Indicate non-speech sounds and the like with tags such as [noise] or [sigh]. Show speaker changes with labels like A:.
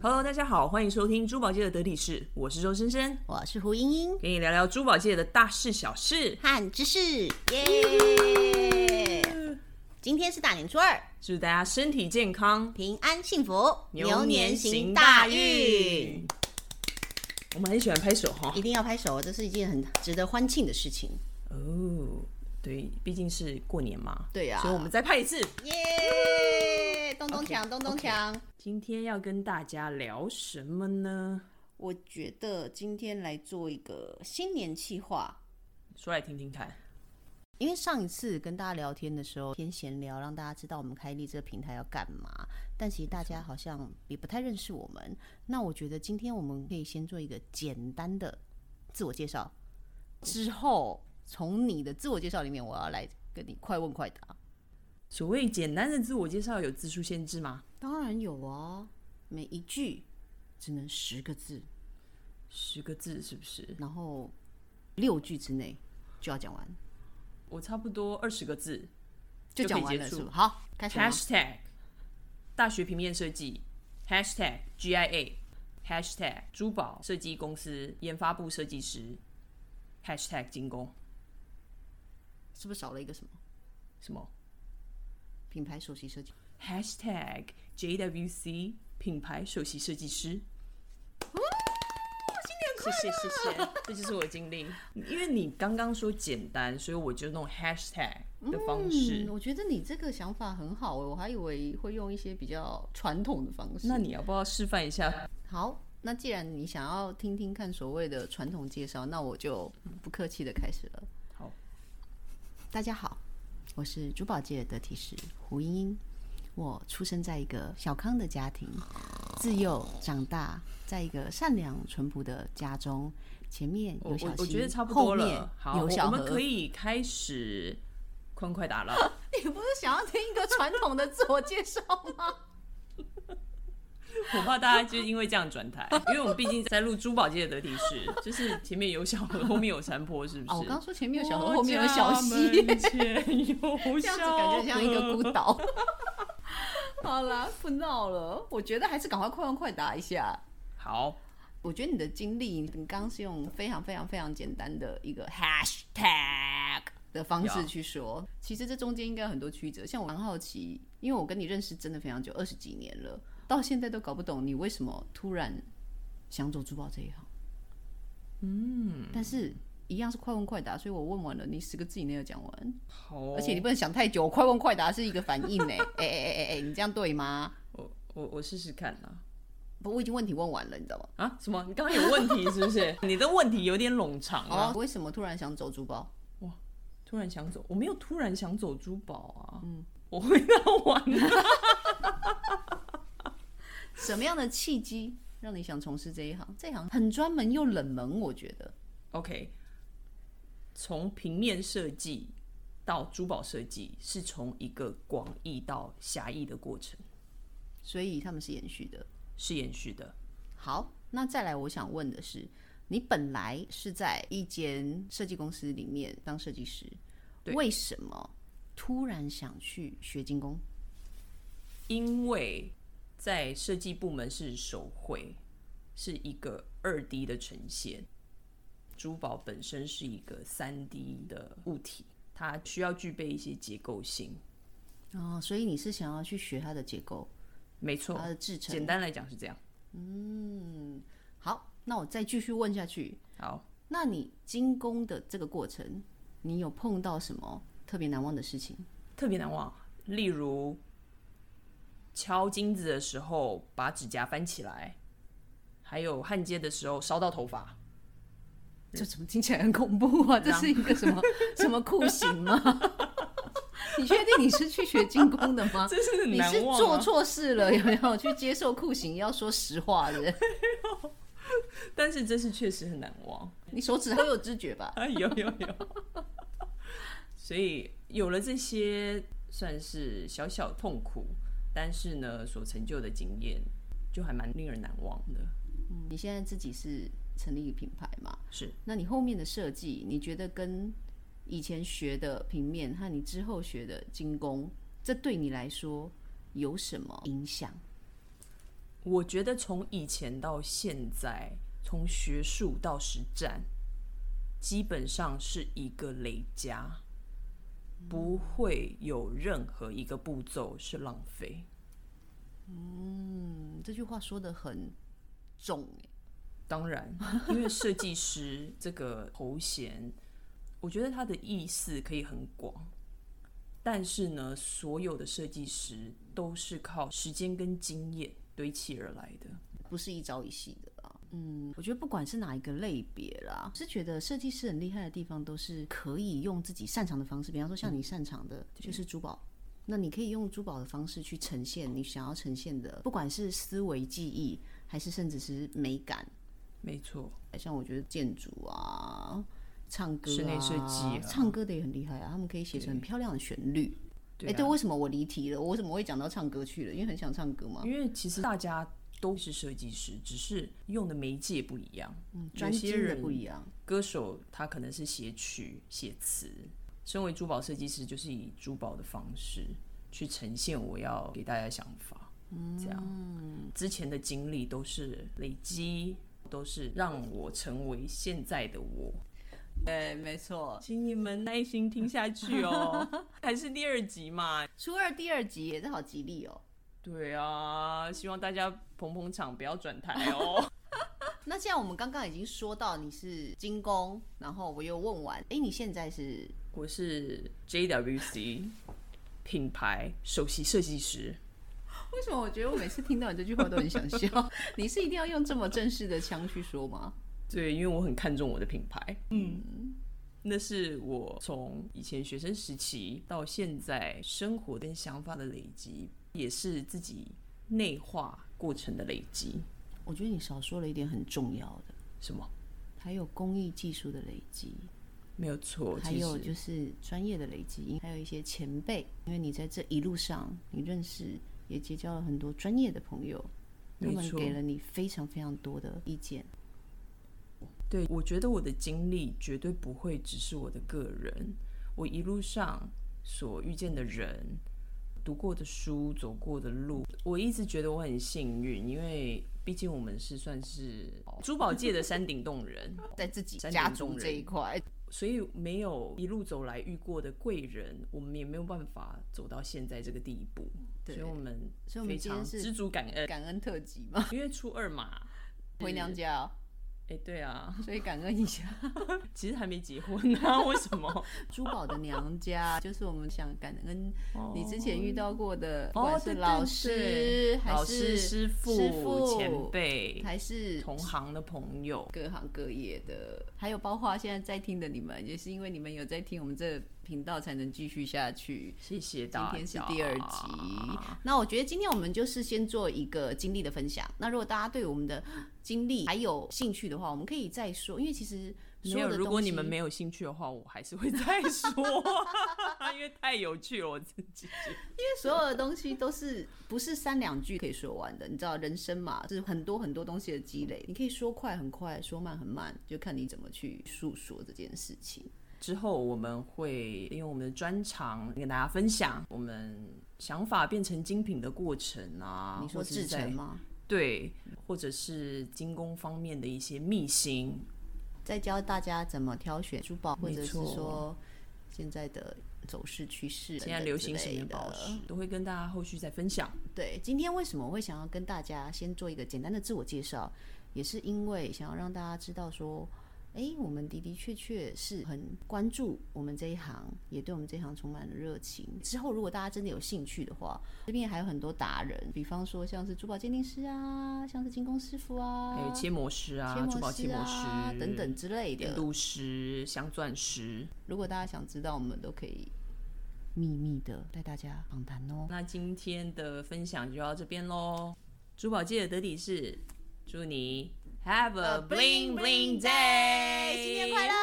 A: 大家好，欢迎收听珠宝界的得体事，我是周深深，
B: 我是胡英英，
A: 跟你聊聊珠宝界的大事小事，
B: 汉知识，耶、今天是大年初二，
A: 祝大家身体健康，
B: 平安幸福，
A: 行
B: 大
A: 运。我们很喜欢拍手哈
B: 一，定要拍手，这是一件很值得欢庆的事情。
A: 哦，对，毕竟是过年嘛，
B: 对呀
A: 所以我们再拍一次。
B: 耶、咚咚锵，咚咚锵。
A: 今天要跟大家聊什么呢？
B: 我觉得今天来做一个新年企划，
A: 说来听听看。
B: 因为上一次跟大家聊天的时候，偏闲聊，让大家知道我们开立这个平台要干嘛，但其实大家好像也不太认识我们。那我觉得今天我们可以先做一个简单的自我介绍，之后从你的自我介绍里面，我要来跟你快问快答。
A: 所谓简单的自我介绍有字数限制吗？
B: 当然有啊，每一句只能十个字，
A: 十个字是不是？
B: 然后六句之内就要讲完，
A: 我差不多二十个字。
B: 就
A: 就可以
B: 讲完
A: 结
B: 了是
A: 束
B: 吧？好，开始吗
A: Hashtag 大学平面设计，Hashtag GIA。Hashtag 珠宝设计公司研发部设计师，Hashtag 精工
B: 是不是少了一个什么
A: 什么
B: 品牌首席设计？
A: ？Hashtag JWC 品牌首席设计师。哦谢谢谢谢，这就是我的经历。因为你刚刚说简单，所以我就弄 hashtag 的方式。
B: 嗯，我觉得你这个想法很好诶，欸我还以为会用一些比较传统的方式。
A: 那你要不要示范一下？
B: 好，那既然你想要听听看所谓的传统介绍，那我就不客气的开始了。
A: 好，
B: 大家好，我是珠宝界的提示胡英英，我出生在一个小康的家庭，自幼长大在一个善良淳朴的家中，前面
A: 我
B: 有小
A: 我
B: 溪，
A: 我觉得差不多
B: 后面
A: 了。好，
B: 有
A: 我
B: 小
A: 我们
B: 河
A: 可。以开始快问快答了。
B: 你不是想要听一个传统的自我介绍吗？
A: [laughs] 我怕大家就是因为这样转台， [laughs] 因为我们毕竟在录珠宝界的得体式，就是 [laughs] 前面有小
B: [laughs]
A: 河，后面有山坡，是不
B: 哦，我
A: 是？
B: 刚说前面有小河，后面有小溪。 [laughs]
A: 我家门前有小河
B: 这样子感觉像一个孤 [laughs] 岛。好啦，不闹了，我觉得还是赶快快问快答一下。
A: [laughs] 好，
B: 我觉得你的经历，你刚刚是用非常非常非常简单的一个 hashtag 的方式去说，其实这中间应该有很多曲折。像我蛮好奇，因为我跟你认识真的非常久，二十几年了，到现在都搞不懂你为什么突然想走珠宝这一行。嗯，但是一样是快问快答，所以我问完了，你十个字以内要讲完。
A: 好，
B: 而且你不能想太久，快问快答是一个反应呢、 [laughs] 哎哎哎哎哎，你这样对吗？
A: 我我我试试看啦。
B: 不，我已经问题问完了，你知道吗？
A: 啊，什么？你刚刚有问题是不是？
B: [laughs]
A: 你的问题有点冗长
B: 好、
A: 啊。
B: 哦为什么突然想走珠宝？
A: 突然想走，我没有突然想走珠宝啊。嗯，我回到玩了。
B: 什么样的契机让你想从事这一行？这一行很专门又冷门，我觉得。
A: OK，从平面设计到珠宝设计，是从一个广义到狭义的过程，
B: 所以他们是延续的。
A: 是延续的。
B: 好，那再来，我想问的是，你本来是在一间设计公司里面当设计师，为什么突然想去学精工？
A: 因为在设计部门是手绘，是一个二 D 的呈现。珠宝本身是一个三 D 的物体，它需要具备一些结构性。
B: 哦，所以你是想要去学它的结构，
A: 没错
B: 它，的制成。
A: 简单来讲是这样。
B: 好，那我再继续问下去。
A: 好，
B: 那你精工的这个过程，你有碰到什么特别难忘的事情？
A: 特别难忘，例如敲金子的时候把指甲翻起来，还有焊接的时候烧到头发。
B: 这怎么听起来很恐怖啊？这是一个什 [laughs] 么什么酷刑 [laughs] 吗？你确定你是去学精工的吗？
A: 真是很
B: 你
A: 难
B: 是
A: 忘啊
B: 做错事了，有没有去接受酷刑？要说实话的，
A: 但是这是确实很难忘。
B: 你手指还有知觉吧？
A: 啊，有有有。 [laughs] 所以有了这些算是小小痛苦，但是呢，所成就的经验就还蛮令人难忘的。
B: 嗯你现在自己是成立品牌嘛？
A: 是
B: 那你后面的设计，你觉得跟以前学的平面和你之后学的精工，这对你来说有什么影响？
A: 我觉得从以前到现在，从学术到实战，基本上是一个累加，不会有任何一个步骤是浪费。
B: 嗯，这句话说的很重欸
A: 当然，因为设计师这个头衔，我觉得它的意思可以很广，但是呢，所有的设计师都是靠时间跟经验堆砌而来的。
B: 不是一朝一夕的啦。嗯，我觉得不管是哪一个类别啦，是觉得设计师很厉害的地方，都是可以用自己擅长的方式，比方说像你擅长
A: 嗯
B: 的就是珠宝。那你可以用珠宝的方式去呈现你想要呈现的，不管是思维、记忆，还是甚至是美感。
A: 没错，
B: 像我觉得建筑啊、唱歌、啊、
A: 室内设计啊
B: 唱歌的也很厉害啊，他们可以写成很漂亮的旋律。
A: 对啊
B: 哎、对，为什么我离题了？我为什么会讲到唱歌去了？因为很想唱歌嘛。
A: 因为其实大家都是设计师，只是用的媒介不一样。
B: 嗯，
A: 有
B: 专
A: 些
B: 精的
A: 人
B: 不一样。
A: 歌手他可能是写曲、写词，身为珠宝设计师，就是以珠宝的方式去呈现我要给大家的想法。嗯，这样之前的经历都是累积，都是让我成为现在的我。
B: 对，没错。
A: 请你们耐心听下去哦，还是第二集嘛。
B: 初二第二集，这好吉利哦。
A: 对啊，希望大家捧捧场，不要转台哦。
B: 那既然我们刚刚已经说到你是精工，然后我又问完，哎，你现在是
A: 我是 JWC 品牌首席设计师。
B: 为什么？我觉得我每次听到你这句话都很想 [laughs] 笑。你是一定要用这么正式的腔去说吗？
A: 对，因为我很看重我的品牌。嗯，那是我从以前学生时期到现在生活跟想法的累积，也是自己内化过程的累积。
B: 我觉得你少说了一点很重要的，
A: 什么？
B: 还有工艺技术的累积，
A: 没有错，
B: 还
A: 其
B: 有
A: 实
B: 就是专业的累积，还有一些前辈，因为你在这一路上，你认识也结交了很多专业的朋友，他
A: 没
B: 们
A: 错
B: 给了你非常非常多的意见。
A: 对，我觉得我的经历绝对不会只是我的个人，我一路上所遇见的人、读过的书、走过的路，我一直觉得我很幸运，因为毕竟我们是算是珠宝界的山顶洞人，
B: 在自己
A: 山
B: 家
A: 顶
B: 族
A: 洞
B: 这
A: 人
B: 一块，
A: 所以没有一路走来遇过的贵人，我们也没有办法走到现在这个地步，所
B: 对
A: 以我们
B: 所以我们
A: 非
B: 今天
A: 常
B: 是
A: 知足感恩，
B: 感恩特辑嘛，
A: 因为初二嘛，
B: 回娘家哦、
A: 哎、对啊，
B: 所以感恩一下。 [laughs]
A: 其实还没结婚啊，为什么？
B: 珠宝的娘家，就是我们想感恩你之前遇到过的，不管是
A: 对对
B: 老
A: 哦对
B: 师还
A: 老
B: 是
A: 师、师傅、
B: 师傅
A: 前，辈、
B: 还是
A: 同行的朋友，
B: 各行各业的，还有包括现在在听的你们，也是因为你们有在听我们这频道，才能继续下去。
A: 谢谢
B: 今
A: 大家。
B: 天是第二集，那我觉得今天我们就是先做一个经历的分享。那如果大家对我们的经历还有兴趣的话，我们可以再说，因为其实所
A: 没有，
B: 的
A: 如果
B: 东西
A: 你们没有兴趣的话，我还是会
B: [laughs]
A: 再说，因为太有趣了，我自己。
B: 所有的东西都是不是三两句可以说完的，你知道人生嘛，是很多很多东西的积累，你可以说快很快，说慢很慢，就看你怎么去诉说这件事情。
A: 之后我们会利用我们的专长跟大家分享我们想法变成精品的过程啊，
B: 你说
A: 或者是
B: 制
A: 在
B: 成吗？
A: 对，或者是精工方面的一些秘辛，
B: 再教大家怎么挑选珠宝，或
A: 没
B: 者是
A: 错
B: 说现在的走势趋势，
A: 现在流行什么宝石，都会跟大家后续再分享。
B: 对，今天为什么我会想要跟大家先做一个简单的自我介绍，也是因为想要让大家知道说，诶，我们的的确确是很关注我们这一行，也对我们这一行充满了热情。之后如果大家真的有兴趣的话，这边还有很多达人，比方说像是珠宝鉴定师啊，像是精工师傅啊，
A: 还有切膜师啊，
B: 切
A: 珠宝
B: 膜
A: 切
B: 师
A: 膜
B: 啊
A: 师
B: 等等之类
A: 电
B: 的。
A: 镀师、镶钻师。
B: 如果大家想知道，我们都可以秘密的带大家访谈哦。
A: 那今天的分享就到这边喽。珠宝界的得体是，祝你 Have a
B: A
A: bling
B: bling
A: bling day，
B: bling day，新年快乐！